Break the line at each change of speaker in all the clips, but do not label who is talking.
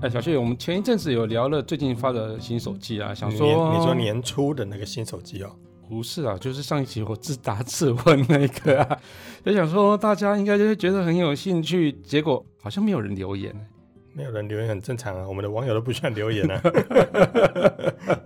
哎，小旭，我们前一阵子有聊了最近发的新手机啊，想
嗯你
说
年你说年初的那个新手机哦，
不是啊，就是上一期我自答自问那个啊，就想说大家应该就是觉得很有兴趣，结果好像没有人留言。欸
没有人留言很正常啊，我们的网友都不喜欢留 言啊。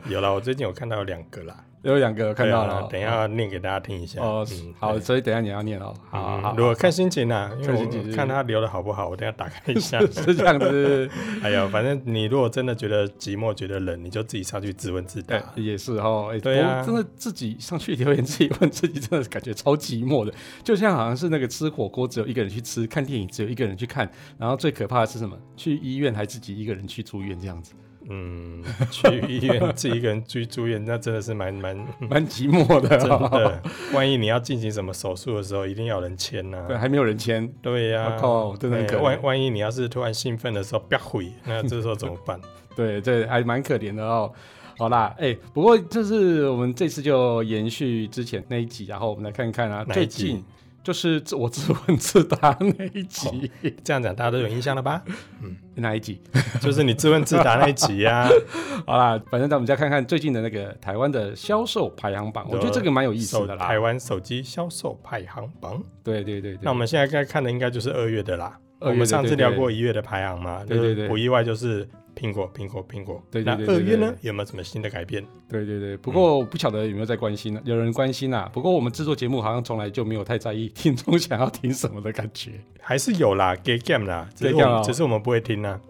有了，我最近有看到有两个啦，
有两个看到了哦，
对啊等一下念给大家听一下。
哦，好，所以等一下你要念哦，好好
嗯
好，
如果看心情啦，因为
看心情是
我看他留的好不好，我等一下打开 一下。
是这样子，
哎呀，反正你如果真的觉得寂寞、觉得冷，你就自己上去自问自答
哎。，也是哈，哎，
对啊
不过真的自己上去留言，自己问自己，真的是感觉超寂寞的，就像好像是那个吃火锅只有一个人去吃，看电影只有一个人去看，然后最可怕的是什么？去医院还自己一个人去住院这样子，
嗯，去医院自己一个人去住院，那真的是蛮蛮嗯
蛮寂寞的
真
哦，
的。万一你要进行什么手术的时候，一定要有人签啊 呐、
对，还没有人签，
对呀、
我靠真的很
哎
可怜
万万一你要是突然兴奋的时候，不要毁， 那这时候怎么办？
对，这还蛮可怜的哦。好啦，哎、不过就是我们这次就延续之前那一集，然后我们来看看啊，
哪
最
一集
近就是自我自问自答那一集，
这样讲大家都有印象了吧？
那一集？
就是你自问自答那一集啊呀、
好啦，反正咱们再看看最近的那个台湾的销售排行榜，我觉得这个蛮有意思
手
的啦
台。湾手机销售排行榜。
对对对对
那我，们现在该看的应该就是二月的啦。
二月的
我们上次
对对
聊过一月的排行嘛，
对对对
就是不意外就是苹果，苹果，苹果。
对对对
那
对
二
对
月呢有没有什么新的改变？
对对对。不过我不晓得有没有在关心呢、有人关心啊。不过我们制作节目好像从来就没有太在意听众想要听什么的感 觉。
还是有啦，gay game 啦，只是我
gay game
们
哦
只是我们不会听啊。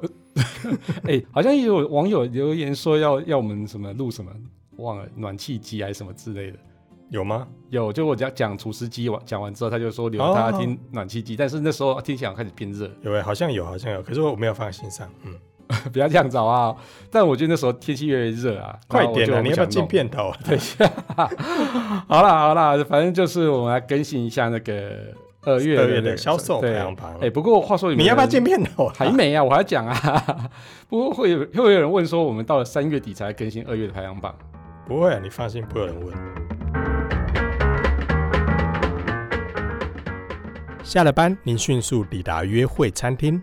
哎、好像也有网友留言说要要我们什么录什么，忘了暖气机还是什么之类的。
有吗？
有，就我讲讲厨师机完讲完之后，他就说留
哦
大家听暖气机，但是那时候天气好像开始变热，
有诶、好像有，好像有，可是我没有放在心上。嗯，
不要这样子好不好？但我觉得那时候天气越来越热啊，
快点
啊，
啊！你要不要进 片头啊？对，
好啦好啦，反正就是我们来更新一下那个二月
二月
那个
的销售
对
排行榜
哎、。不过话说
你要不要
进？
进片头啊？
还没啊，我还要讲啊。 不过会有会有人问说，我们到了三月底才更新二月的排行榜，
不会啊，你放心，不会有人问。下了班，您迅速抵达约会餐厅，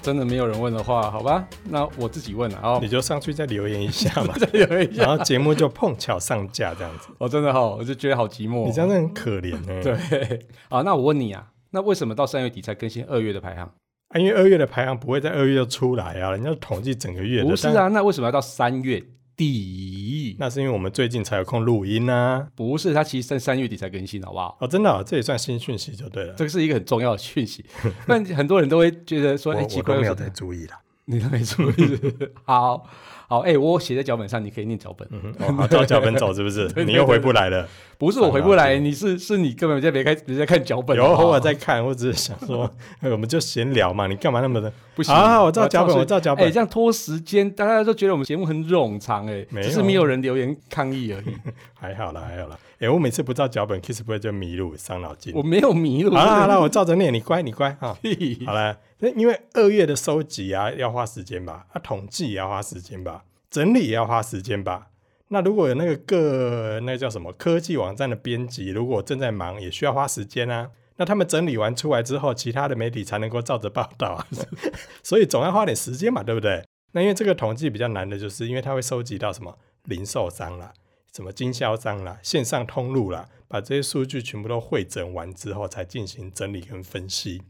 真的没有人问的话，好吧，那我自己问了哦
你。就上去再留言一下嘛
，再留一下
然，后节目就碰巧上架这样子。
我、真的好、我就觉得好寂寞哦、
你这样子很可怜欸呢、
对，好，那我问你啊，那为什么到三月底才更新二月的排行？
啊，因为二月的排行不会在二月就出来啊，人家统计整个月的。
不是
但，
啊，那为什么要到三月底？
那是因为我们最近才有空录音啊。
不是，它其实在三月底才更新，好不好？
哦，真的、哦，这也算新讯息就对了。
这个是一个很重要的讯 息，不然很多人都会觉得说，
我
哎、奇
我
怪，
都
为
没
什
有
么
在注意啦。
你都没注意？好好，哎、我写在脚本上，你可以念脚本。
嗯哼，哦，好，照脚本走是不是？
对对
你又回不来了。啊
不是我回不来，你是是你根本就没看没在看脚本。
有
好不好
偶尔在看，我只是想说， 哎我们就闲聊嘛，你干嘛那么的？
不行
啊，我照脚本，
说
我照脚
哎、
本。
这样拖时间，大家都觉得我们节目很冗长、哎，
没
只
有
是没有人留言抗议而已。
还好啦，还好啦。哎，我每次不照脚本，Kiss 不会就迷路，伤脑筋。
我没有迷路。
好啦好 啦，我照着念，你乖你乖啊。
屁
好啦，那因为二月的收集啊，要花时间吧，啊，统计也要花时间吧，整理也要花时间吧。那如果有那个各那个叫什么科技网站的编辑，如果正在忙，也需要花时间啊。那他们整理完出来之后，其他的媒体才能够照着报道啊， 所以总要花点时间嘛，对不对？那因为这个统计比较难的，就是因为它会收集到什么零售商啦、什么经销商啦、线上通路啦，把这些数据全部都汇整完之后，才进行整理跟分析。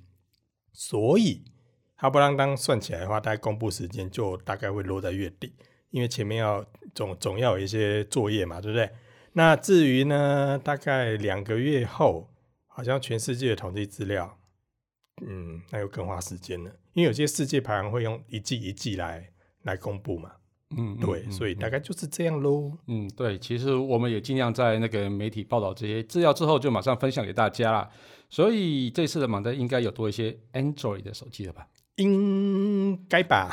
所以哈不啷当算起来的话，大概公布时间就大概会落在月底，因为前面要总总要有一些作业嘛，对不对？那至于呢，大概两个月后，好像全世界的统计资料，嗯，那又更花时间了，因为有些世界排行会用一季一季来来公布嘛，
嗯，嗯
对，
嗯
所以大概就是这样喽。
嗯，对，其实我们也尽量在那个媒体报道这些资料之后，就马上分享给大家啦。所以这次的盲袋应该有多一些 Android 的手机了吧？
应 该吧，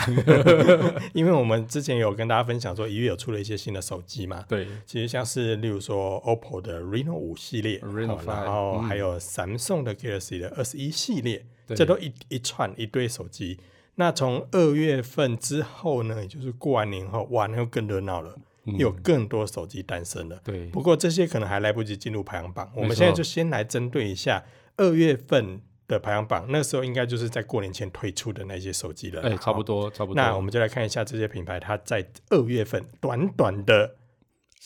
因为我们之前有跟大家分享说，一月有出了一些新的手机嘛，
对，
其实像是例如说 OPPO 的 Reno 五系列
Reno
好
5
然后
嗯
还有 Samsung 的 Galaxy 的二十一系列，
对
这都一一串一堆手机。那从二月份之后呢，也就是过完年后，哇，那又更热闹了，
嗯
有更多手机诞生了。
对
不过这些可能还来不及进入排行榜，我们
没错
现在就先来针对一下二月份的排行榜，那时候应该就是在过年前推出的那些手机了啦。
哎、差不
哦。
多，差不多。
那我们就来看一下这些品牌，它在二月份短短的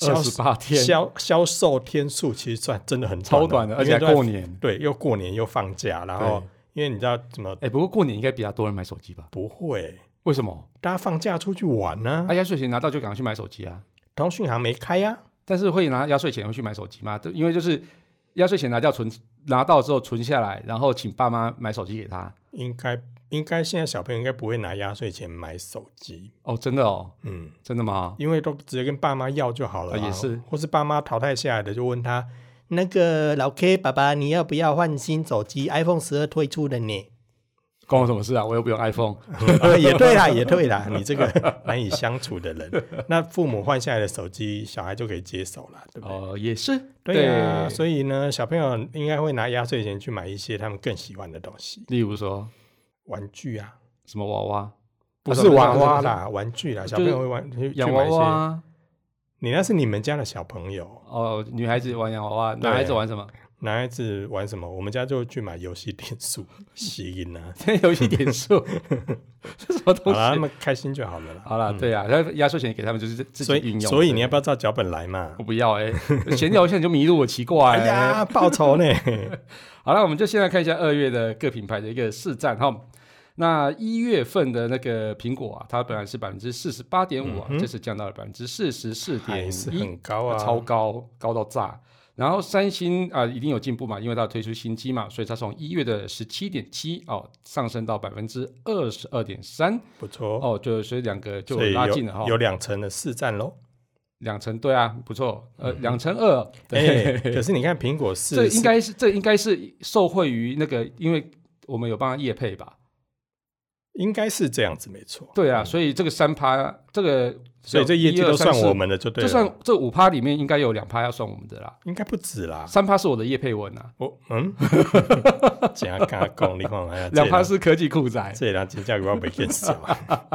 二
销
十八天，
销销售天数其实算真的很
超
了
短的，而
因
且
为
还
都在
过年。
对，又过年又放假，然后
对
因为你知道怎么
哎、不过过年应该比较多人买手机吧？
不会，
为什么？
大家放假出去玩呢、
啊，压岁钱拿到就赶快去买手机啊！
通讯行没开啊呀、
但是会拿压岁钱会去买手机吗？对因为就是压岁钱拿掉存拿到之后存下来，然后请爸妈买手机给他。
应该应该现在小朋友应该不会拿压岁钱买手机，
哦，真的哦，
嗯，
真的吗？
因为都直接跟爸妈要就好
啊
了、
也是，
或是爸妈淘汰下来的就问他。那个老 K 爸爸，你要不要换新手机？iPhone 十二推出了呢。
关我什么事啊？我又不用 iPhone。
啊也对啦，也对啦，你这个 难以相处的人，那父母换下来的手机，小孩就可以接手了，对不对？
哦，也是，
对啊呀、所以呢，小朋友应该会拿压岁钱去买一些他们更喜欢的东西，
例如说
玩具啊，
什么娃娃，
不
啊
是娃娃，
什么
啦，玩具啦，
就是
小朋友会玩去
什么洋
去
娃
买一
娃
些。
啊。
你那是你们家的小朋友，
哦，女孩子玩洋娃娃，
对啊
男孩子玩什么？
男孩子玩什么？我们家就去买游戏点数， 吸引啊，
这游戏点数， 这什么
好
东
啦，他
西？
们开心就好了啦。
好了，对啊，然后压岁钱给他们就是自自
所
己
以
运用。
所以你
对
要不要照脚本来嘛
我？不要哎、 闲聊一下你就迷路，我奇怪、欸
哎呀，报 仇呢？
好了，我们就现在看一下二月的各品牌的一个市占哈。那一月份的那个苹果啊，它本来是百分之四十八点五啊，这次降到了百分之四十四点
嗯还是
一，
很高啊，
超高，高到炸。然后三星啊、一定有进步嘛，因为它推出新机嘛，所以它从一月的十七点七哦上升到百分之二十二点三
不错，
哦，就所以两个就
所以
拉
有
近了哈、
哦有两成的市占喽。
两成对啊，不错，呃，两成二，
嗯哎，
对，
可是你看苹 果
这
是
应该是这应该是受惠于那个，因为我们有帮他业配吧？
应该是这样子，没错。
对啊，所以这个三趴，这个
嗯所以这业绩
1
都算
2
我，
3 4
们的，就对啊
就
了，
算这五趴里面应该有两趴要算我们的啦，
应该不止啦。
三趴是 我的业配文啊，
我 嗯，这样跟他讲，你看嘛，哎
两趴是科技酷仔，
这人金价格要被更小。好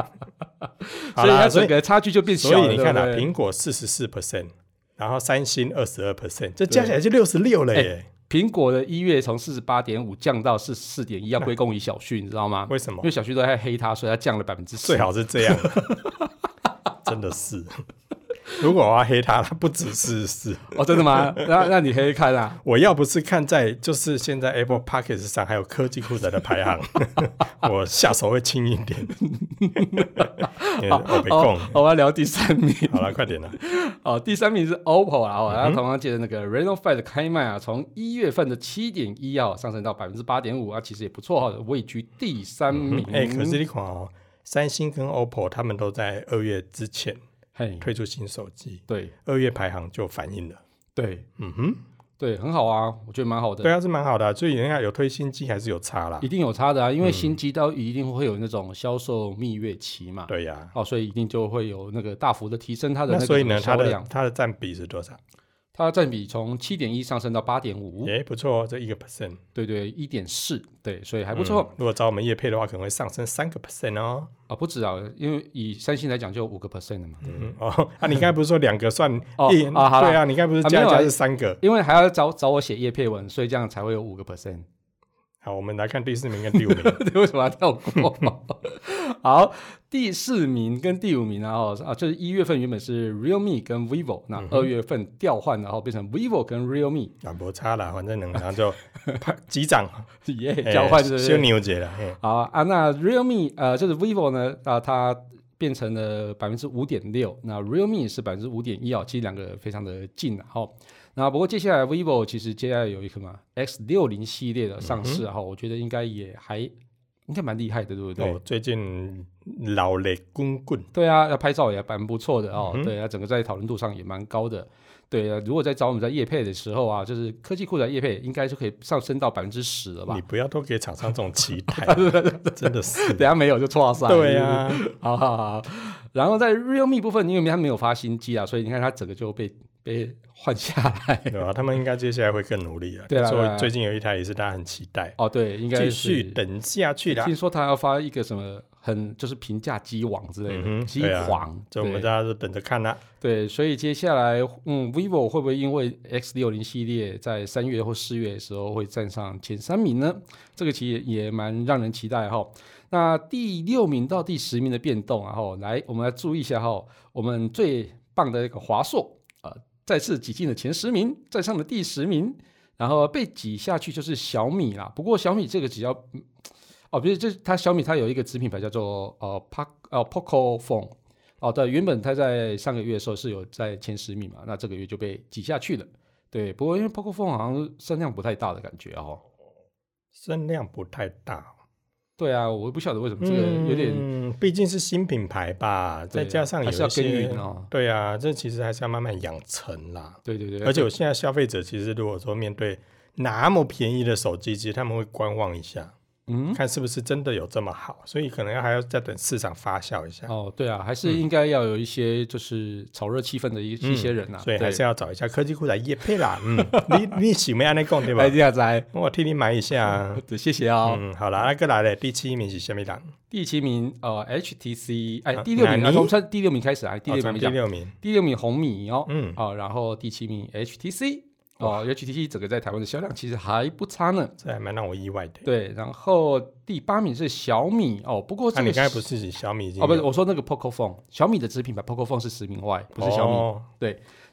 所以它
啦，所
整
以
个差距就变小
所
了。
以你看啦，啊
对不对
苹果四十四 percent，然后三星二十二 percent，这加起来就六十六了
哎
耶。
苹果的一月从四十八点五降到四四点一，要归功于小旭，你知道吗？
为什
因
么？
为小旭都在黑他，所以他降了百分之
最
十。
好是这 样，真的是。如果我要黑他，他不止四十四，
哦，真的 吗？那那你可以看啊，
我要不是看在就是现在 Apple p o c k e t 上还有科技酷仔的 排行，我下手会轻一点。因为我被供
哦，，我要聊第三名。
好了，快点了。
哦，第三名是 OPPO 啊，哦，然后同行界的那个 Reno 5的开卖啊，从一月份的七点一啊上升到百分之八点五啊，其实也不错哦，位居第三名。
哎、可是你看哦，三星跟 OPPO 他们都在二月之前
嘿，
推出新手机，
对
二月排行就反映了。
对
嗯哼，
对，很好啊，我觉得蛮好的，
对啊，是蛮好的啊、所以人家有推新机还是有差啦
一。定有差的啊，
嗯
因为新机到一定会有那种销售蜜月期嘛，
对呀、
哦，所以一定就会有那个大幅的提升它的
那
个
所以呢，
销
它的
量，
它的占比是多少？
它占比从七点一上升到八点五，
哎、不错哦，这一个 percent
对对，一点四，对，所以还不错。
如果找我们叶配的话，可能会上升三个 percent 哦。
啊、不止啊，因为以三星来讲就五个 percent 了嘛，
嗯哦，啊，你刚才不是说两个算
哦
一？
啊好啦
对啊，你刚才不是
啊
加
没有
一
啊
加是三个？
因为还要找找我写叶配文，所以这样才会有五个 percent。
好，我们来看第四名跟第五名。
为什么要跳过？ 好，第四名跟第五名然后啊，就是一月份原本是 Realme 跟 vivo，那
嗯
二月份调换然后变成 vivo 跟 Realme，
啊，不差啦，反正能，然后就啪 击掌，
耶、
哎
交换是不
修
是？
牛哎姐了。嘿
好啊，那 Realme 呃，就是 vivo 呢，啊，它变成了百分之五点六，那 Realme 是百分之五点一啊，其实两个非常的近啊。好，那不过接下来啊
嗯
vivo 其实接下来有一个嘛 X 六零系列的上市哈、我觉得应该也还应该蛮厉害的，对不对？
哦，最近老泪滚滚，
对啊，那拍照也蛮不错的哦。
嗯哼
对啊，整个在讨论度上也蛮高的。对啊，如果在找我们在业配的时候啊，就是科技库的业配，应该就可以上升到百分之十了吧
你？不要都给厂商这种期待，啊 真的是。
等一下没有就错赛。
对呀、啊，
好好好。然后在 Realme 部分，因为它没有发新机啊，所以你看它整个就被被换下来。
对啊吧、他们应该接下来会更努力啊。
对啦
所
对啦
以最近有一台也是大家很期待，
哦，对，应该
继
是
续等下去啦
听。说他要发一个什么很就是平价机网之类的
嗯哼
机
对啊
皇，
所以我们大家就等着看啦、
对，所以接下来，嗯，vivo 会不会因为 X 六零系列在三月或四月的时候会站上前三名呢？这个其实也蛮让人期待哈。那第六名到第十名的变动啊，哈，来，我们来注意一下哈，我们最棒的一个华硕啊、呃再次挤进了前十名，站上了第十名，然后被挤下去就是小米啦。不过小米这个只要，嗯哦，不是，这它小米它有一个子品牌叫做呃 p o 呃 Poco Phone。哦，对，原本它在上个月的时候是有在前十名嘛，那这个月就被挤下去了。对，不过因为 Poco Phone 好像声量不太大的感觉哦。
声量不太大，
对啊，我不晓得为什么这个有点、
嗯，毕竟是新品牌吧，
对啊
再加上有
还
一
是要耕
些
耘，哦。
对啊，这其实还是要慢慢养成啦。
对对对，啊
而且我现在消费者其实如果说面对那么便宜的手机，其实他们会观望一下，
嗯，
看是不是真的有这么好，所以可能还要再等市场发酵一下。
哦，对啊，还
嗯
是应该要有一些就是炒热气氛的一、一些人啊，
所以
对
还是要找一下科技库来业配啦。 嗯，你你喜欢安内讲对吧
哎，？这样子哎，
我替你买一下啊。
对谢谢啊、哦
嗯，好啦，那个来嘞，第七名是虾米人？
第七名呃 HTC，哎，
啊
第六名，
哪
啊
里
我们算第六名开始啊，第
哦
六
从
名
第
讲，
六名。
第六名红米哦，
嗯，
哦，然后第七名 HTC 哦，HTC 整个在台湾的销量其实还不差呢。
这还蛮让我意外的。
对，然后第八名是小米哦，不过这
那
个
啊你刚才
是
不是指小米已经
哦，不是
有
我说那个 Poco Phone，小米的子品牌 Poco Phone 是十名外，不是小米。
哦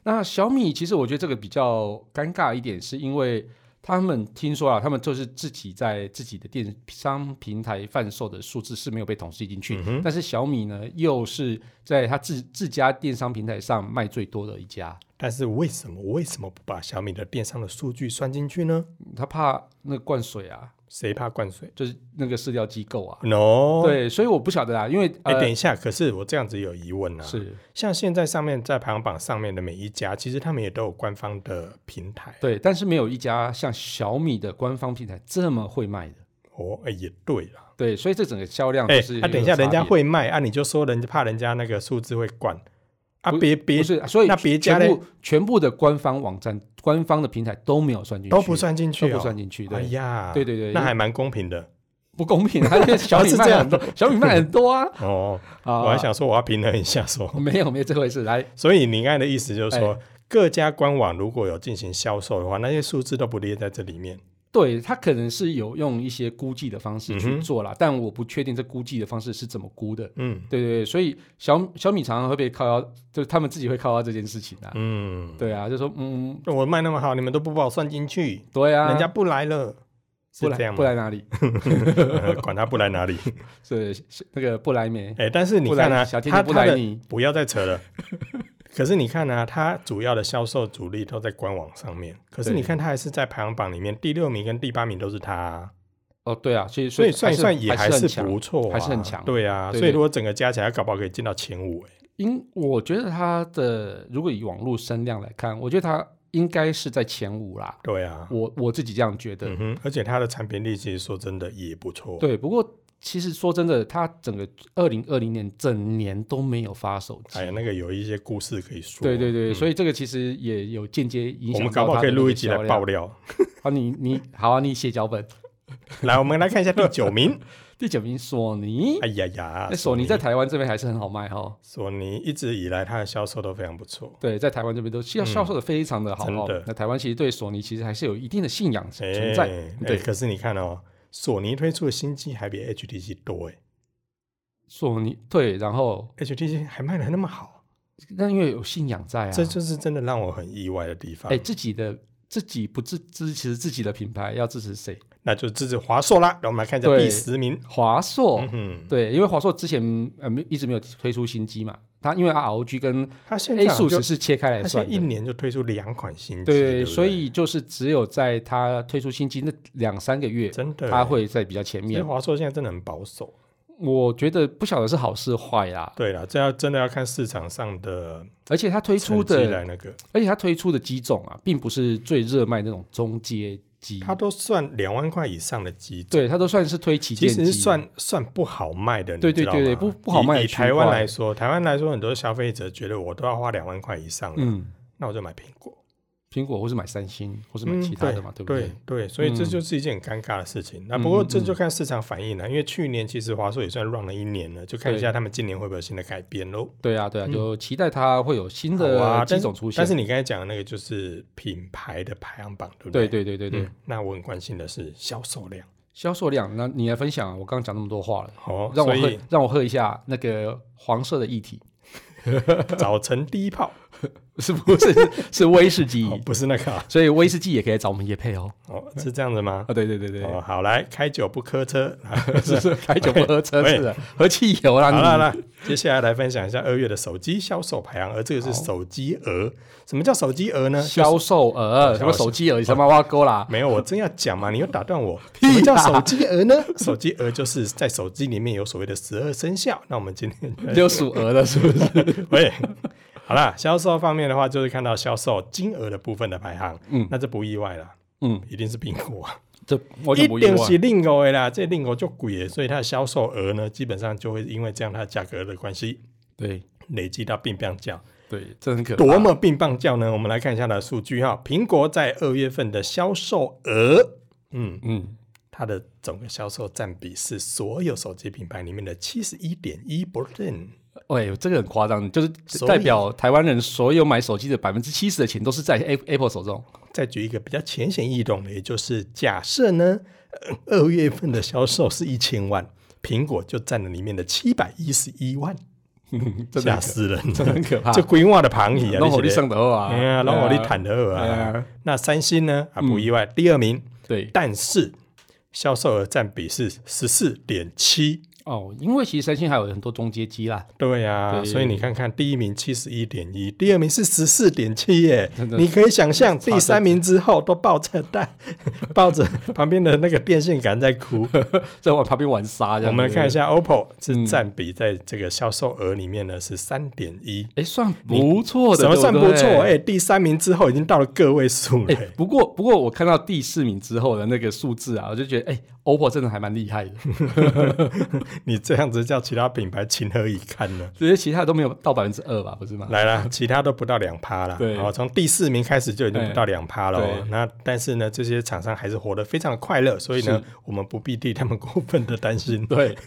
那小米其实我觉得这个比较尴尬一点，是因为他们听说啊，他们就是自己在自己的电商平台贩售的数字是没有被统计进去，
嗯哼
但是小米呢又是在他自自家电商平台上卖最多的一家，
但是为什么为什么不把小米的电商的数据算进去呢？
他怕那个灌水啊，
谁怕灌水
就是那个饲料机构啊。
？No。。
对，所以我不晓得啊，因为
哦哎、
呃、
等一下，可是我这样子有疑问啊。，
是
像现在上面在排行榜上面的每一家，其实他们也都有官方的平台。
对，但是没有一家像小米的官方平台这么会卖的。
哦，哎、也对啦。
对，所以这整个销量
哎、
就是有
啊，等一下，
差别
人家会卖啊，你就说人家怕人家那个数字会灌啊，
不
别别
不是，所以
那别家
全
嘞
部全部的官方网站、官方的平台都没有算进去，
都不算进去、哦，
都不算进去，
哎
对，
呀，
对对对
那还蛮公平的
不公平 啊！因为小米
是这
卖
样
很多，小米卖很多啊
哦。
啊！
我还想说，我要平衡一下说，
没有没有这回事，来，
所以你刚才的意思就是说，
哎
各家官网如果有进行销售的话，那些数字都不列在这里面。
对他可能是有用一些估计的方式
嗯
去
哼
做啦，但我不确定这估计的方式是怎么估的。
嗯
对对对，所以小小米常常会被靠腰，就是他们自己会靠腰这件事情啊。
嗯，
对啊，就说嗯，
我卖那么好，你们都不把我算进去，
对啊，
人家不来
不
了，是这
来
样
不
吗？
来哪里？
管他不来哪里。
是是那个不来梅，
哎，但是你看
不
啊，
来小天
他
不
他
来
的
你，
不要再扯了。 可是你看啊，它主要的销售主力都在官网上面。可是
对
你看，它还是在排行榜里面第六名跟第八名都是它啊、
哦，对啊，所以
所以
还
算一
是
算也
还
是
很强
不错、啊，
还是很强
对啊，
对
所以
对
如果整个加起来，搞不好可以进到前五、哎
因我觉得它的如果以网络声量来看，我觉得它应该是在前五啦。
对啊，
我我自己这样觉得。
嗯哼，而且它的产品力其实说真的也不错。，
对，不过其实说真的，它整个二零二零年整年都没有发手机。
哎呀，那个有一些故事可以说。
对对对，所
以
以这个其实也有间接影
我
响
们
到
搞不好
它
可以
的那
录
个
一集来
销量
爆料。
好，你你好啊，你写脚本。
来，我们来看一下第九名。
第九名索尼，
哎呀呀
那，索尼在台湾这边还是很好卖哦。
索尼一直以来它的销售都非常不错。
对，在台湾这边都销销售的非常的好
嗯真
哦。
的
那台湾其实对索尼其实还是有一定的信仰存在。
哎
对
哎可是你看哦，索尼推出的新机还比 HTC 多哎
索尼对，然后
，HTC 还卖的那么好，
那因为有信仰在啊，
这就是真的让我很意外的地方
哎、。自己的自己不支支持自己的品牌，要支持谁？
那就支持华硕啦。让我们来看一下
对哦
第十名。
华硕，
嗯哼，
对，因为华硕之前呃没一直没有推出新机嘛，它因为它 ROG 跟
它现在
A
好
数
像
值
就是
切开来
它
算
现
的
在一。年就推出两款新机，
对
对不对，
所以就是只有在它推出新机那两三个月，
真的
它会在比较前
其实
面。
华硕现在真的很保守。
啊我觉得不晓得是好是坏啦，
对啦，这要真的要看市场上的
而且它推出
成绩
的，
来那个，
而且它推出的机种啊，并不是最热卖那种中阶机，
它都算两万块以上的机，
对它都算是推旗
其
舰
实
机，
是算算不好卖的，你
对对
知道吗
对对不不好卖的
以以
区
台湾
块
来说，台湾来说，很多消费者觉得我都要花两万块以上了，
嗯，
那我就买苹果，
苹果或是买三星或是
嗯
买其他的嘛，
对
不对？
对，所以这
嗯
就是一件很尴尬的事情。那
嗯
不过
嗯
这就
嗯
看市场反应了，因为去年其实华硕也算 run 了一年了，就看一
对
下他们今年会不会有新的改变喽。
对啊，对啊，
嗯
就期待它会有新
好啊
的
但
机
是
种出现。
但是你刚才讲的那个就是品牌的排行榜，对不
对
对
对对对对，
嗯那我很关心的是销售量。
销售量，那你来分享啊！我刚刚讲那么多话了，
哦，
让我
所
喝
以，
让我喝一下那个黄色的液体，
早晨第 一泡
是不是？ 是威士忌，
哦，不是那个啊，
所以威士忌也可以来找我们叶配哦。
哦，是这样子吗？
啊，对对对 对，
哦，好，来开酒不磕车。
是是开酒不喝车是
喂
啊嗯的，喝汽油啦。
好
你
了，好了，接下来来分享一下二月的手机销售排行，而这个是手机额。什么叫手机额呢？
销售额什么手机额，什么挖沟啦，
没有，我真要讲嘛，你又打 断我。
屁
什
啦
么叫手机额呢？手机额就是在手机里面有所谓的十二生肖。那我们今 天
就属鹅的，是不 是？
喂，好啦，销售方面的话，就是看到销售金额的部分的排行，嗯，那这不意外啦，
嗯，
一定是苹果啊，
这我就不
一
意
定
外。
是另购的啦，这另购就贵了，所以它的销售额呢，基本上就会因为这样它的价格的关系。
对
累积到并棒叫，
对，啊这很可怕。
多么并棒叫呢？我们来看一下它的数据哈。苹果在二月份的销售额，嗯，
嗯，
它的总个销售占比是所有手机品牌里面的七十一点一 percent。
喂，这个很夸张，就是
所以
代表台湾人所有买手机的百分之七十的钱都是在 Apple Apple 手中。
再举一个比较浅显易懂的，也就是假设呢，呃二月份的销售是一千万，苹果就占了里面的七百一十一万，
真的
吓死人
真的
了！
很可怕。
这规划的旁移啊，
弄火
你
力
是不
上头啊，
是哎呀，弄火力坦的二
对
啊。
啊，嗯
那三星呢？啊，不意外，第二名，
对
但是销售额占比是十四点七。
哦，因为其实三星还有很多中阶机啦，
对呀、
对
所以你看看，第一名七十一点一，第二名是十四点七耶
真，的
你可以想象，第三名之后都抱着蛋， 抱着旁边的那个电线杆 在哭。
在我旁边玩沙这样。
我们来看一
下，
下，OPPO
嗯
是占比在这个销售额里面呢是三点一，
哎，算不错的，
什么算
对
不
对
错？哎、。第三名之后已经到了个位数了、
哎，不过不过我看到第四名之后的那个数字啊，我就觉得哎，OPPO 真的还蛮厉害的，
你这样子叫其他品牌情何以堪呢？
只是其他都没有到百分之二吧，不是 吗？
来啦，其他都不到两趴啦。
对
好，从第四名开始就已经不到两趴了哦
对。
那但是呢，这些厂商还是活得非常快乐，所以呢，我们不必对他们过分的担心。
对，啊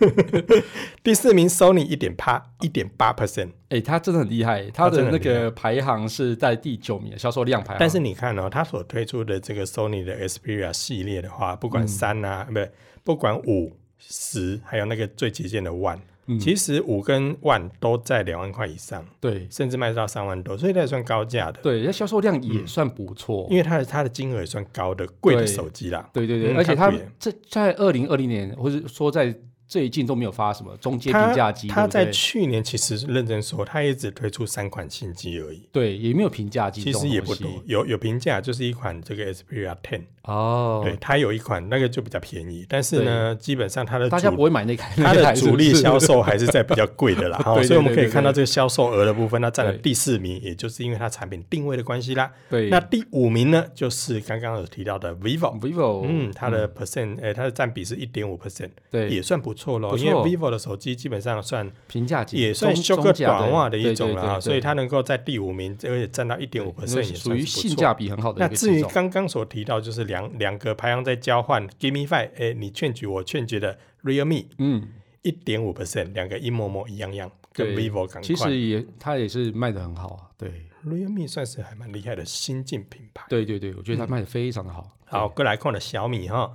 第四名 Sony 一点趴，一点八 percent。
哎，他真的很厉 害，他
真
的那
的很厉害
个排行是在第九名，销售量排行。
但是你看哦，它所推出的这个 Sony 的 Xperia 啊系列的话，不
嗯
管三啊，不、对，不管五、十，还有那个最极限的 One，、其
嗯
实五跟 One 都在两万块以上，
对
甚至卖到三万多，所以它也算高价的。
对，那销售量也算不错
因。为它的它的金额也算高的，贵的
对
手机啦。
对对对，
嗯
而且
它
它
不也
这在二零二零年，或者说在最近都没有发什么中阶
他
评价机，
他
对
在
不对
去年其实认真说，他也只推出三款新机而已，
对也没有评价机这
其
种
实
东西，
也不多。有有评价，就是一款这个 Xperia Ten，、
哦。
对，它有一款那个就比较便宜，但是呢，基本上它的
大家
主
不会买那台，
它
那
的
台是
主
不
力
是
销售还是在比较贵的啦。哦
对对
所以我们
对
可以
对
看到
对
这个销售额的部分，它占了
对
第四名，也就是因为它产品定位的关系啦。
对
那第五名呢，就是刚刚有提到的 vivo。
vivo，
嗯，它的 percent，呃，它的占比是一点五 percent，也
对
算不错咯。
不
因为
错
vivo 的手机基本上算
评价机
也算修个短袜的一种啦，所以
它
它能够在第五名，而且占到一点五 percent，也
属
算
于
是不
性
错。
价比很好的
那
一个
至
机
于
种。
刚刚所提到，就是两两个排行在交换，Gimme Five，哎，你劝举我劝举的 Realme
嗯，
一点五 percent，两个一模模一样样，跟
对
vivo 赶
其
快
实也它也是卖的很好啊。对，
，Realme 算是还蛮厉害的新进品牌。
对对对，我觉
嗯
得它卖的非常的好。
好，过来看的小米哈，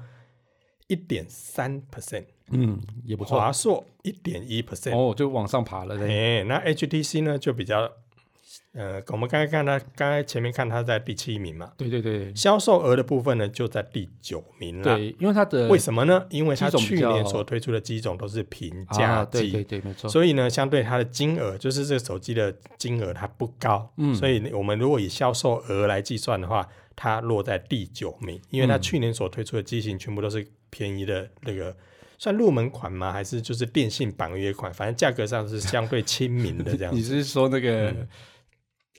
一点三 percent，
嗯，也不错。
华硕一点一 percent，
哦，就往上爬了嘞。
哎，那 HTC 呢就比较呃，我们刚才看他，刚才前面看他在第七名嘛，
对对对
销售额的部分呢就在第九名了。
对，因为它的
为什么呢？因为它
机种
去
比较
年所推出的机种都是平
啊
价
对对
机，
对，没错，
所以呢，相对它的金额，就是这个手机的金额它不高，
嗯
所以我们如果以销售额来计算的话，它落在第九名，因为它
嗯
去年所推出的机型全部都是便宜的那个。算入门款吗？还是就是电信绑约款？反正价格上是相对亲民的 这样
你
子。
是说那个？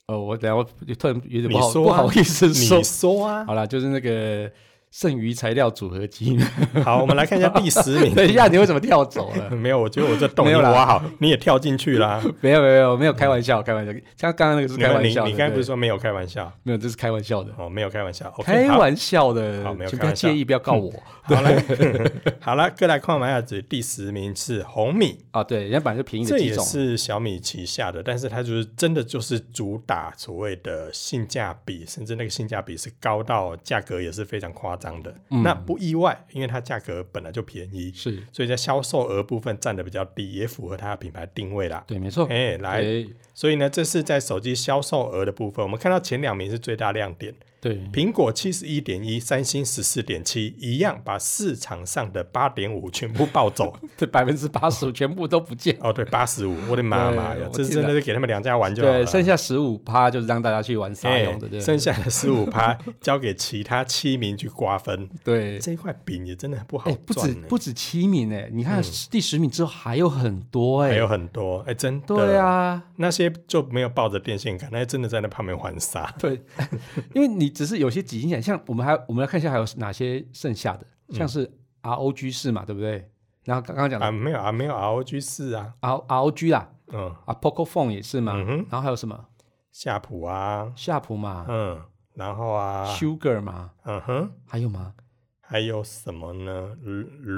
呃，我等一下我突然有点不好
嗯你说
不
啊
好意思 说
你，说啊，
好啦，就是那个剩余材料组合 机。
好，我们来看一下第十名。
等一下，你为什么跳走了？
没有，我觉得我这 洞
没
你
有啦
挖好，你也跳进去啦。
没有没有没有，没有开玩笑，开玩笑。像刚刚那 个是
你
开玩
你
笑的，
你刚才不是
对
说没有开玩笑？
没有？这是开玩笑的，
哦，没有开玩笑。OK，
开
好，
玩笑的
好没，有
请不
开
要
玩笑嗯
介意，不要告我
好了， 好了，各来看马亚子第十名是红米，
啊。对，人家本来就便宜
这
的几
也
种，啊
是小米旗下的，但是它就是真的就是主打所谓的性价比，甚至那个性价比是高到价格也是非常夸张的。那不意外，因为它价格本来就便宜，
嗯是
所以在销售额部分占的比较低，也符合它的品牌定位啦。
对，没错。
哎，来，
哎
所以呢，这是在手机销售额的部分，我们看到前两名是最大亮点，
对，
苹果七十一点一，三星十四点七，一样把市场上的八点五全部 抱走。
这百分之八十全部都不见，
哦，对，八十五，我的妈妈
对
呀，
我
这
记
真的
得
是给他们两家玩就好
对，
了。
剩下十五趴就是让大家去玩沙
哎
用的，对
剩下的十 五趴交给其他七名去瓜分，
对。
这一块饼也真的不好
哎、不
赚
止
呢
不止七名哎、你看第十名之后还有很多哎、
还有很多，哎，真的，
对，啊，
那些就没有抱着电线杆，那些真的在那旁边玩沙。 啊
对，因为你只是有些挤进来，像我们还我们来看一下还有哪些剩下的，像是 ROG 四嘛，对不对？然后刚刚讲的
嗯啊，没有啊，没有 ROG 四啊，
R ROG 啦，
嗯
啊 Poco Phone 也是嘛，
嗯哼，
然后还有什么
夏普啊，
夏普嘛、
嗯，然后啊，
Sugar 嘛，
嗯哼，
还有吗？
还有什么呢？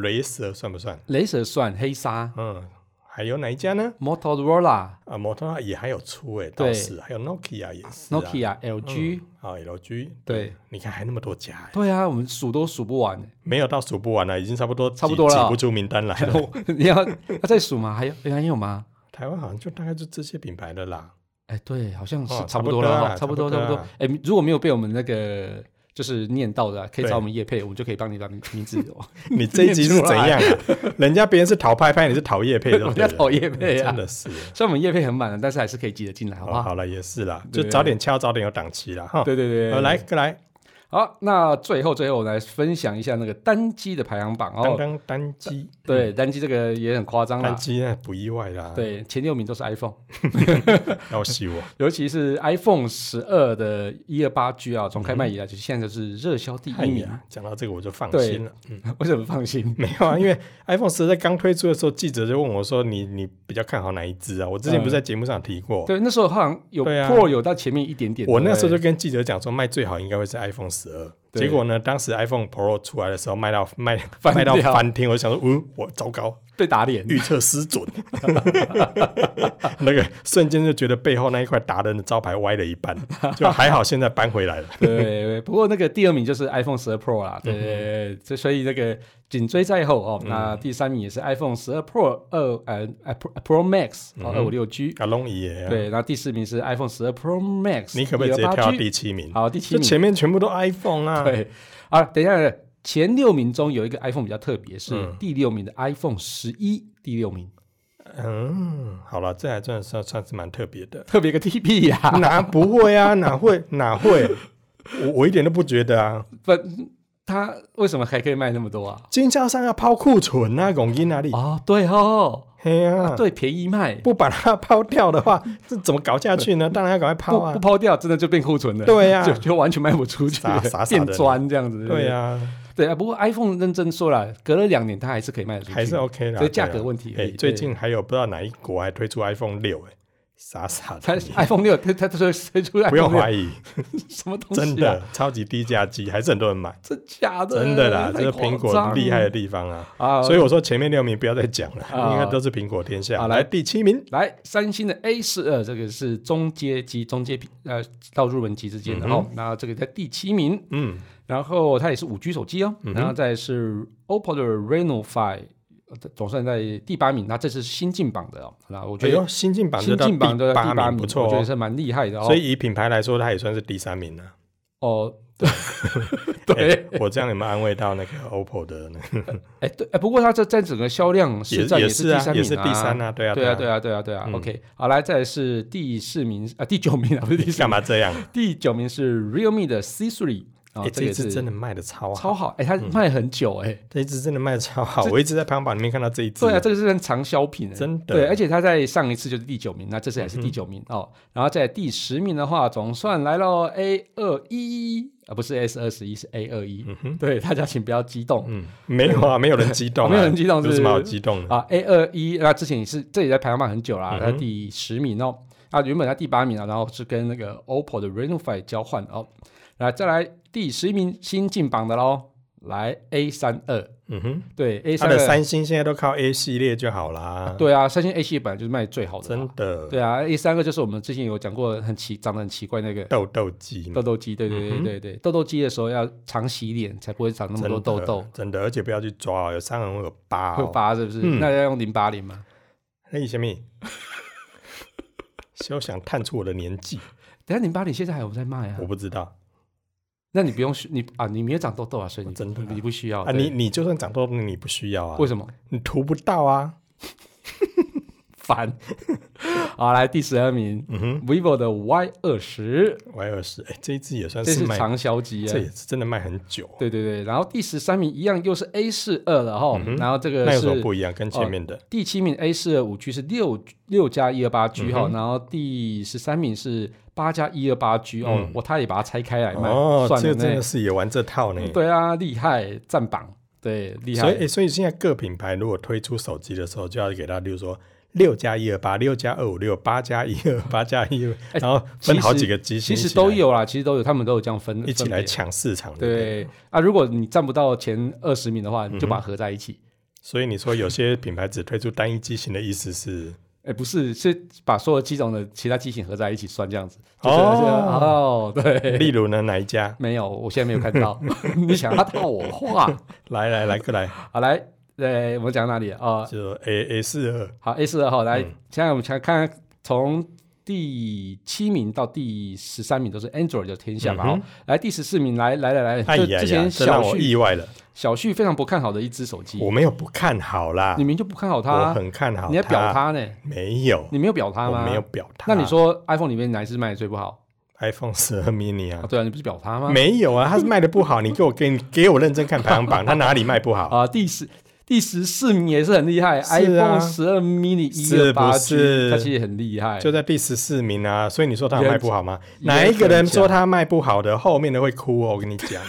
雷雷蛇算不算？
雷蛇算黑鲨
嗯，还有哪一家呢？
，Motorola、
啊，摩托罗拉也还有出哎、倒
对
是还有 Nokia 也是、啊、
Nokia、LG，、
啊 LG，
对，
你看还那么多家、欸，
对啊，我们数都数不完、 欸。
没有到数不完了、已经差不多
差不
挤
多了
挤不出名单来了。
你要要再数吗？还有还有吗？
台湾好像就大概就这些品牌的 啦。
哎，对，好像是
哦
差不多了哈，
差
差不
不多啊
多，
啦
差不多
差。
哎，如果没有被我们那个就是念到的啊，可以
对
找我们叶配，我们就可以帮你把名名字。哦
你这一集是
念出
怎
来
样、啊？人家别人是讨拍拍，你是讨叶配的，
我在讨叶配啊
真的是。
虽然我们叶配很满了，但是还是可以记得进 来，好不
哦，
好？
好了，也是啦，就
对
早点敲，早点有档期啦。哈。
对对对，
呃，来，再来，
好，那最后最后我来分享一下那个单机的排行榜
当
哦。
当单机，
对，单机这个也很夸张
单
啦。
机那不意外啦。，
对，前六名都是 iPhone，
要洗我。
尤其是 iPhone 十二的一二八 G 啊，从开卖以来就是现在就是热销第
哎
一名。
呀，讲到这个我就放
嗯对
心了。 嗯，
为什么放心？
没有啊，因为 iPhone 十在刚推出的时候，记者就问我说你：“你比较看好哪一只啊？”我之前不是在节目上提过，
嗯对，那时候好像有
对啊
Pro 有到前面一点点。
我那
对不
时
对
候就跟记者讲说，卖最好应该会是 iPhone 十二。
对
结果呢，当时 iPhone Pro 出来的时候，卖到卖
翻
卖到
掉
翻天，我就想说，嗯，我糟糕，
被打脸。
预测失准， 那个瞬间就觉得背后那一块达人的招牌歪了一半，就还好现在搬回来了。
对，不过那个第二名就是 iPhone 十二 Pro 啦，
嗯
对对，这、所以那个紧追在后哦。那第三名也是 iPhone 十二 Pro 二呃呃 Pro Pro Max
嗯
二五六 G，
阿龙爷，啊
对，然后第四名是 iPhone 十二 Pro Max，
你可不可以直接跳到
128G
第七名？
好，第七
就
名
前面全部都 iPhone 啊。
对，啊，等一下，前六名中有一个 iPhone 比较特别，是第六名的 iPhone 十一，第六名
嗯，好了，这还算算算是蛮特别 的。
特别个 T B 呀、
哪不会啊？哪会哪会？我我一点都不觉得啊！
不，它为什么还可以卖那么多啊？
经销商要抛库存啊，拱进哪里？
哦，对哦，
嘿呀，
对，便宜卖，
啊不把它抛掉的话，这怎么搞下去呢？当然要赶快抛
不
啊
不！抛掉，真的就变库存了。
对呀啊
就 就完全卖不出去
傻
了
傻傻，
变
的
砖这样子。
对
呀，
呀，
对啊。不过 iPhone 认真说了，隔了两年它还是可以卖得出去，
还是 OK 的。
所以价格问题
对啊
而已。
哎
对
最近还有不知道哪一国还推出 iPhone 六，哎，傻 傻
它
的，
iPhone 六，它它它推推出 iPhone
不用
六
怀 疑，
什么东西啊，
真的超级低价机，还是很多人买，
真假的，
真的啦，这
呃太
是
夸
苹果
张
厉害的地方啊！
啊！
所以我说前面六名不要再讲了，
啊
应该都是苹果天下。
好
来
来
第七名，
来，三星的 A 十二，这个是中阶机、中阶屏呃到入门级之间的哦。那这个在第七名，
嗯，
然后它也是五 G 手机哦。然后再是 OPPO 的 Reno Five 呃总算在第八名。那这是新进榜的哦，那我
哎
觉
呦，
得
新进榜就
新
到
进榜的
八
第八名，
不错
我觉得
哦。
是蛮厉害的哦。
所以以品牌来说，它也算是第三名了。
哦， 对对，
哎 我这样有没有安慰到那个 OPPO 的呢？
哎、对，哎、不过它这占整个销量
也
市占
是
是第
啊
三，名
也是第三啊，对啊，
对啊，
啊，
对
啊。
啊，对啊，对啊。
嗯
OK，好，来，再来是第四名啊，第九名啊，不是第四
干
名，
嘛这样？
第九名是 Realme 的 C 3啊、这
哎，这
个
一
也
支
是
真的嗯卖的超好，
超好，哎、它卖很久、哎、
这一支真的卖的超好。
这
我一直在排行榜里面看到这一支，
对啊，这个是很长销品、哎
真的嗯
对，而且它在上一次就是第九名，那这次也是第九名、哦。然后在第十名的话，总算来了 A 二一啊，不是 S 二十一，是 A 二一。对，大家请不要激动。
嗯，没有 啊，没有人激动啊，
哦没有人激动
有
是
什么好激动的？
啊，A 二一，那之前也是这也在排行榜很久啦，
嗯
它
哼
第十名哦，啊，原本它第八名啊，然后是跟那个 OPPO 的 Reno 5交换哦，来再来第十名新进榜的喽，来 A 三二，
嗯哼，
对 A
它
三
的
二，
三星现在都靠 A 系列就好啦，
对啊，三星 A 系本来就是卖最好的
真
嘛，
的，
对啊，A 三二就是我们之前有讲过很奇长得很奇怪那个。
痘痘肌嘛
痘，痘肌，对对
嗯
对对对，痘痘肌的时候要常洗脸，才不会长那么
真
多痘
的
痘，
真的，而且不要去抓哦，有伤痕会有疤
会
哦。
疤是不是？
嗯
那要用淋巴淋吗？
嘿，小米， 休想探出我的年 纪，
等一下淋巴淋现在还有在卖啊
我？不知道
那你不用需你啊，你没有长痘痘啊，所以你
真的啊
你不需要
啊。
对
你你就算长痘痘，你不需要啊
为，什么
你涂不到啊。
烦？ 好，来第十二名
嗯哼
，vivo 的 Y 二十，
，Y 二十，哎，这一支也算
这是
卖，
长销机啊
这。也是真的卖很久。
对对对，然后第十三名一样又是 A 四二了哈，然后这个
嗯那有什么
是哦
不一样？跟前面的
第七名 A 四二五 G 是六六加一二八
嗯
G 哈，然后第十三名是八加一二八 G 哦
嗯，
我他也把它拆开来卖，
哦，
算
这
了
个真
呢
的，是也玩这套呢。
对啊，厉害，占榜，对，厉
所以、
害，
诶所以现在各品牌如果推出手机的时候，就要给它，例如说六加一二八、六加二五六、八加一二八 加一二，然后分好几个机型
其
一起来，
实都有啦，其实都有，他们都有这样分，
一起
分别
来抢市场。对不对，嗯
对啊，如果你占不到前二十名的话，你就把它合在一起。
所以你说有些品牌只推出单一机型的意思是，
哎、不是，是把所有机种的其他机型合在一起算这样子。就是、哦，
哦
对，
例如呢哪一家？
没有，我现在没有看到。 你想要套我话？
来来来，过来，
好，来，呃，我们讲哪里啊、呃
就 A A 四二，
好，A 四二号，来，
嗯
现在我们看看从第七名到第十三名都是 Android 的天下嘛。
嗯
哦，来第十四名，来来来来，
哎
就
呀
之
呀，
前
这让
小
我
旭
意外了，
小旭非常不看好的一只手机，
我没有不看好啦
你，明明就不看好
我
它，啊
很看好，
你还表，他呢？
没有，
你没有表他
我
吗？
没有。表他。
那你说 iPhone 里面哪一只卖的最不好？
iPhone 十二 mini 啊
啊，？对啊，你不是表他吗？
没有啊，他是卖的不好。你给我给你给我认真看排行榜，他哪里卖不好？
啊，第十第十四名也是很厉害、
是
i p h o n
啊
e 十二 mini 一
是
二
不
八 G，
是
它其实很厉害。
就在第十四名啊，所以你说他有卖不好吗？
有人
哪一个人说他卖不好的，后面的会哭哦！我跟 你讲，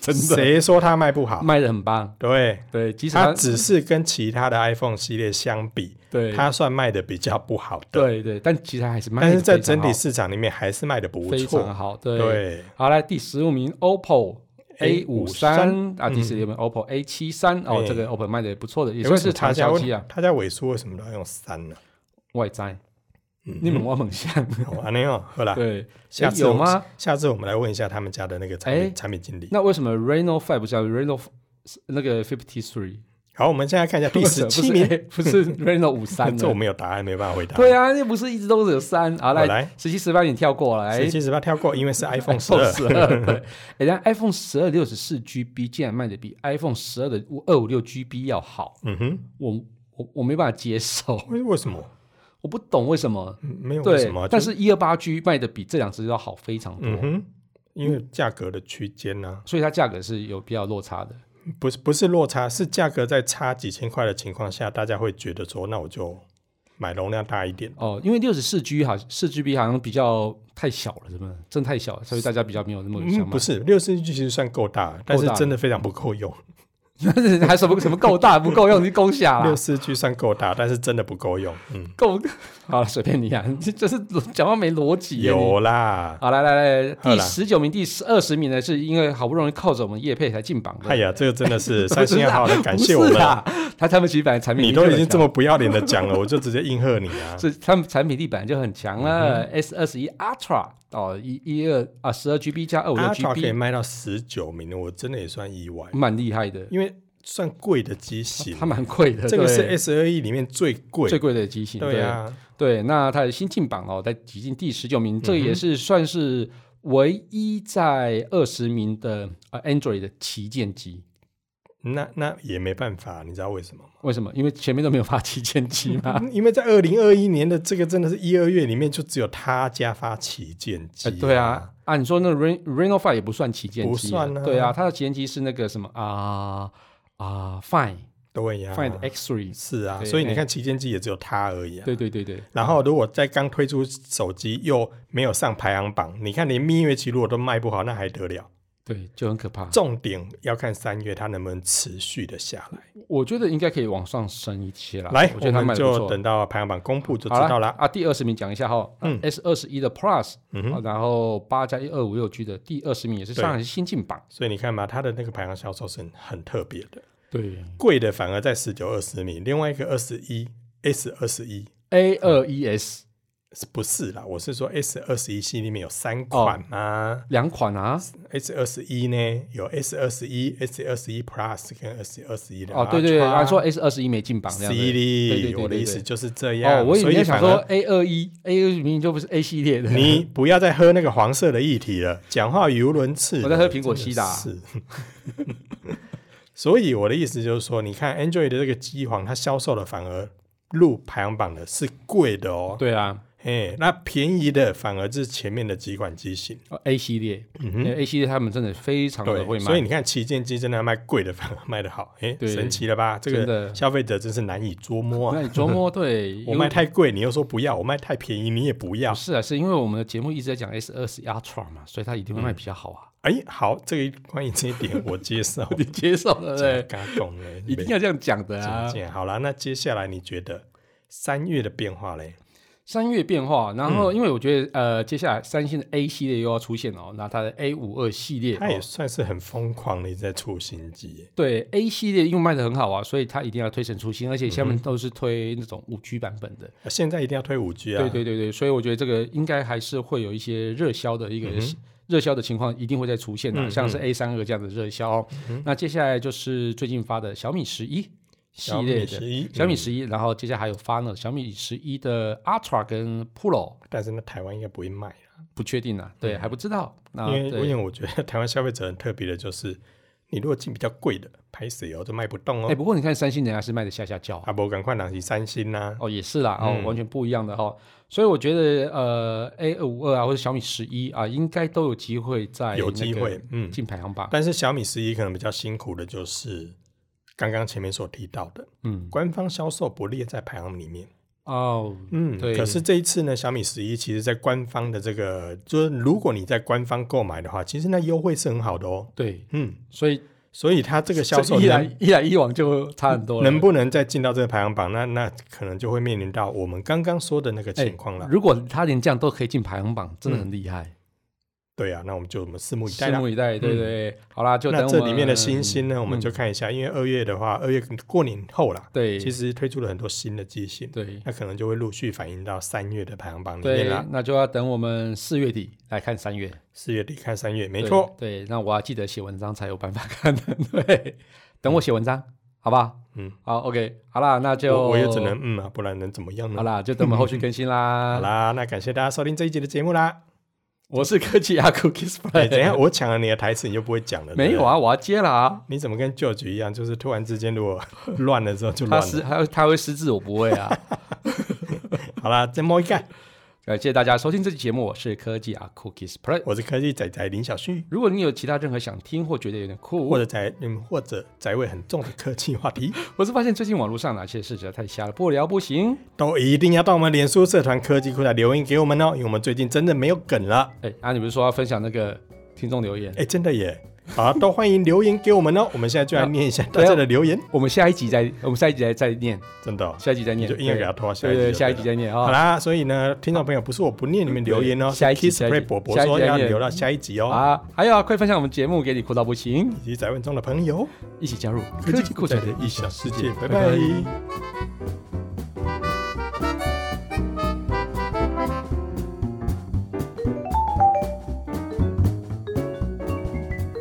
真
的嗯
谁说他卖不好？
卖的很棒，
对，
对，即使
他
它
只是跟其他的 iPhone 系列相比，
对
他算卖的比较不好的，
对对，但其实还是卖得
但
非
是
常好，
在整体市场里面还是卖的不
非常
错。
好，对。
对，
好，来第十五名 OPPO。A 五三
53
啊，第十六名 OPPO A 七三哦，
嗯哎
这个 OPPO 卖的也不错的，也
为
算
什么
是
他
长
家
销机啊。
他家尾数为什么都要用三呢？
外在，
嗯
你们我猛 像，
好，安尼哦，好啦，
对，
下
哎
次
有
我们
吗？？
下次我们来问一下他们家的那个产
哎
品产品经理。
那为什么 Reno Five 不叫 Reno 那个 Fifty Three？
好，我们现在看一下第十 七 名，
不是 Reno 五三
这我
的。
没有答案，没办法回答。
对啊，那不是一直都是有三。好，
我
来
来
十七、十八，你跳过来。
十七十八跳过，因为是 iPhone 十
哎 iPhone
二。
十二， 对，哎人家 iPhone 十二六十四 GB 竟然卖的比 iPhone 十二的二五六 GB 要好，
嗯哼，
我我我没办法接受，
为为什么？
我不懂为什么。
嗯没有为
对
什么，，
但
就是
一二八 G 卖的比这两只要好非常多
嗯，哼，因为价格的区间呢，
所以它价格是有比较落差的。
不是不是落差，是价格在差几千块的情况下，大家会觉得说，那我就买容量大一点。
哦，因为六十四 G 好四 GB 好像比较太小了，是不是？真的太小了，所以大家比较没有那么想
嗯，
买。
不是，六十 G 其实算够大，但是
够大
真的非常不够用。
是， 还什么什么够大不够用，你够下
六
啦，
十 G 算够大，但是真的不够用。嗯，
够 好了，随便你啊， 你这这是讲话没逻辑耶。你
有啦。
好，来来来，
好
第
啦
十九名、第二十名呢，是因为好不容易靠着我们叶配才进榜的。
哎呀，这个真 的是三星要好好的感谢我
不
们
是。啦，他他们其实本来产品
你
力就
都
很
已经这
强
么不要脸的讲了，我就直接应和你 啊！
是他们产品力本来就很强
嗯
了。S 二十一 Ultra 哦，一一二啊，十二 GB 加二五六
阿 t 可以
GB，嗯
卖到十九名，我真的也算意外，
蛮厉害的。
因为算贵的机型，
它蛮贵的，
这个是
对
S 二 E 里面最贵。
最贵的机型，
对啊，嗯
对，那它的新进榜哦，在挤进第十九名，这个也是算是唯一在二十名的呃 Android 的旗舰机。
那那也没办法，你知道为什么吗？
为什么？因为前面都没有发旗舰机嘛。
因为在二零二一年的这个真的是一二月里面就只有他家发旗舰机、
呃对啊，，啊，你说那 Ren Reno Five 也不算旗舰机，
不算啊
对啊，它的旗舰机是那个什么啊啊 Fine
对呀、
Fine 的 X Three。
是啊，
对哎
所以你看旗舰机也只有它而已、啊。
对对对对，
然后，如果在刚推出手机又没有上排行榜，你看连蜜月期如果都卖不好，那还得了？
对，就很可怕。
重点要看三月它能不能持续的下来。
我觉得应该可以往上升一些啦。
来，
我觉
我
得它
们
卖的不
就
错。
等到排行榜公布就知
好
道啦。
啊，第二十名讲一下哈，
嗯
嗯，S 二十一的 Plus，
嗯哼
啊然后八加一二五六 G 的第二十名也是上海新进榜，
所以你看嘛，它的那个排行销售是很特别的，
对
贵的反而在十九、二十米，另外一个二十一 S 二十一
，A 二 ES
不是啦，我是说 S 二十一系里面有三款嘛、
两款啊，
s 二十一呢有 S 二十一、S 二十一 Plus 跟 S 二十一的
哦，对对对，
Ultra
他说 S 二十一没进榜这样子，对
C
对
哩，
对
我的
对
意思
对
就是这样。
哦，我以
所
为
以
你想
反
说
而
A 二一，A 二明明就不是 A 系列 的，
你不要再喝那个黄色的液体了，讲话语无伦次了。
我在喝苹果西达
真的 是。所以我的意思就是说，你看 Android 的这个机皇，它销售的反而入排行榜的是贵的哦。
对啊
哎，那便宜的反而是前面的几款机型。
哦，A 系列，因为 A 系列他们真的非常的哦会
嗯对，
卖，
所以你看旗舰机真的卖贵的反而卖得好，哎，
对
神奇了吧？这
真
个
的
消费者真是难以捉摸啊！
那你琢 磨对，
我
因
卖
为
太贵，你又说不要；我卖太便宜，你也不要
不。是啊，是因为我们的节目一直在讲 S 二十 Ultra 嘛，所以它一定会卖比较好啊，
哎，好，这个关于这一点我接受。
你接受了对不
嘎懂了，
对，一定要这样讲的啊
渐。渐好啦，那接下来你觉得三月的变化嘞？
三月变化，然
嗯
后因为我觉得、呃，接下来三星的 A 系列又要出现哦，那它的 A 五二系列，
它也
哦
算是很疯狂的一直在出新机耶，
对 A 系列因为卖的很好啊，所以它一定要推陈出新，而且下面都是推那种五 G 版本的，
啊现在一定要推五 G 啊，
对对对对，所以我觉得这个应该还是会有一些热销的一个
嗯
热销的情况一定会再出现的、像是 A 三二这样的热销哦、
嗯
那接下来就是最近发的小米十一系
小米
列的。
11
小米十一，然后接下来还有发呢，小米十一的 Ultra 跟 Pro
但是那台湾应该不会卖啦，
不确定啊，对，还不知道。那
嗯因为
啊对
因为我觉得台湾消费者很特别的就是，你如果进比较贵的，拍谁哦都卖不动
哎、
哦，
不过你看三星人家是卖的下下叫啊、
阿伯赶快拿起三星啦、
哦，也是啦，哦，
嗯
完全不一样的哦。所以我觉得呃，A 二五二啊，或者小米十一啊，应该都有机会在
有机会，嗯，
哎进排行榜。
但是小米十一可能比较辛苦的就是刚刚前面所提到的，
嗯，
官方销售不列在排行里面。
哦，
嗯，
对
可是这一次呢，小米十一其实在官方的这个，就是如果你在官方购买的话，其实那优惠是很好的哦。
对，
嗯，
所以
所以它这个销售
这一来
能
一来一往就差很多了。
能不能再进到这个排行榜，那那可能就会面临到我们刚刚说的那个
哎
情况了。
如果他连这样都可以进排行榜，真的很厉害，
对啊，那我们就我们拭目以待
拭
啦。
目以待。对对，好啦，就等
嗯那
我
这
们嗯
里面的新星呢，我们就看一下，因为二月的话，二月过年后啦，
对，
其实推出了很多新的机型，
对
那可能就会陆续反映到三月的排行榜里面
对
啦。，
那就要等我们四月底来看三月。
四月底看三月，没错。
对，对，那我要记得写文章才有办法看 的。对，等我写文章，好不好？
嗯，
好，OK，好啦，那就
我我也只能嗯啊，不然能怎么样呢
好？啦，就等我们后续更新啦。
好，啦，那感谢大家收听这一集的节目啦。
我是科技阿 Cookie
哎、等一下
Spray，
我抢了你的台词，你就不会讲 了？
没有
啊？
啊，我要接了啊。
你怎么跟 George 一样，就是突然之间如果乱了之后就
他
乱
失
了？
还有他会失智，我不会啊。
好啦，再摸一盖。
感呃谢大家收听这期节目，我是科技啊 Cookies Play。
我是科技仔仔林小旭，
如果你有其他任何想听或觉得有点酷，
或
或
者宅嗯，或者宅味很重的科技话 题，
或是发现最近网络上哪些事实在太瞎了，不聊不行，
都一定要到我们脸书社团科技库来留言给我们哦，因为我们最近真的没有梗了。
哎，啊，你不是说要分享那个听众留言？
哎、真的耶！好啊，都欢迎留言给我们哦。我们现在就来念一下大家的留言，
我们下一集再，我们下一集再再念，
真的、哦。
下一集再
你
念，
就硬要给他拖到下一集
对对
就
下一
对
集
了
再念
好
啊。
啦，所以呢，听众朋友不是我不念你们留言哦，
对下一集
Kiss
下一集
Play 伯伯
下一集
说
再
要
念
留到下一集哦，
啊，还有啊，快分享我们节目给你酷到不行，
以及宅问中的朋友，
一起加入科技酷宅的异想世界，
拜拜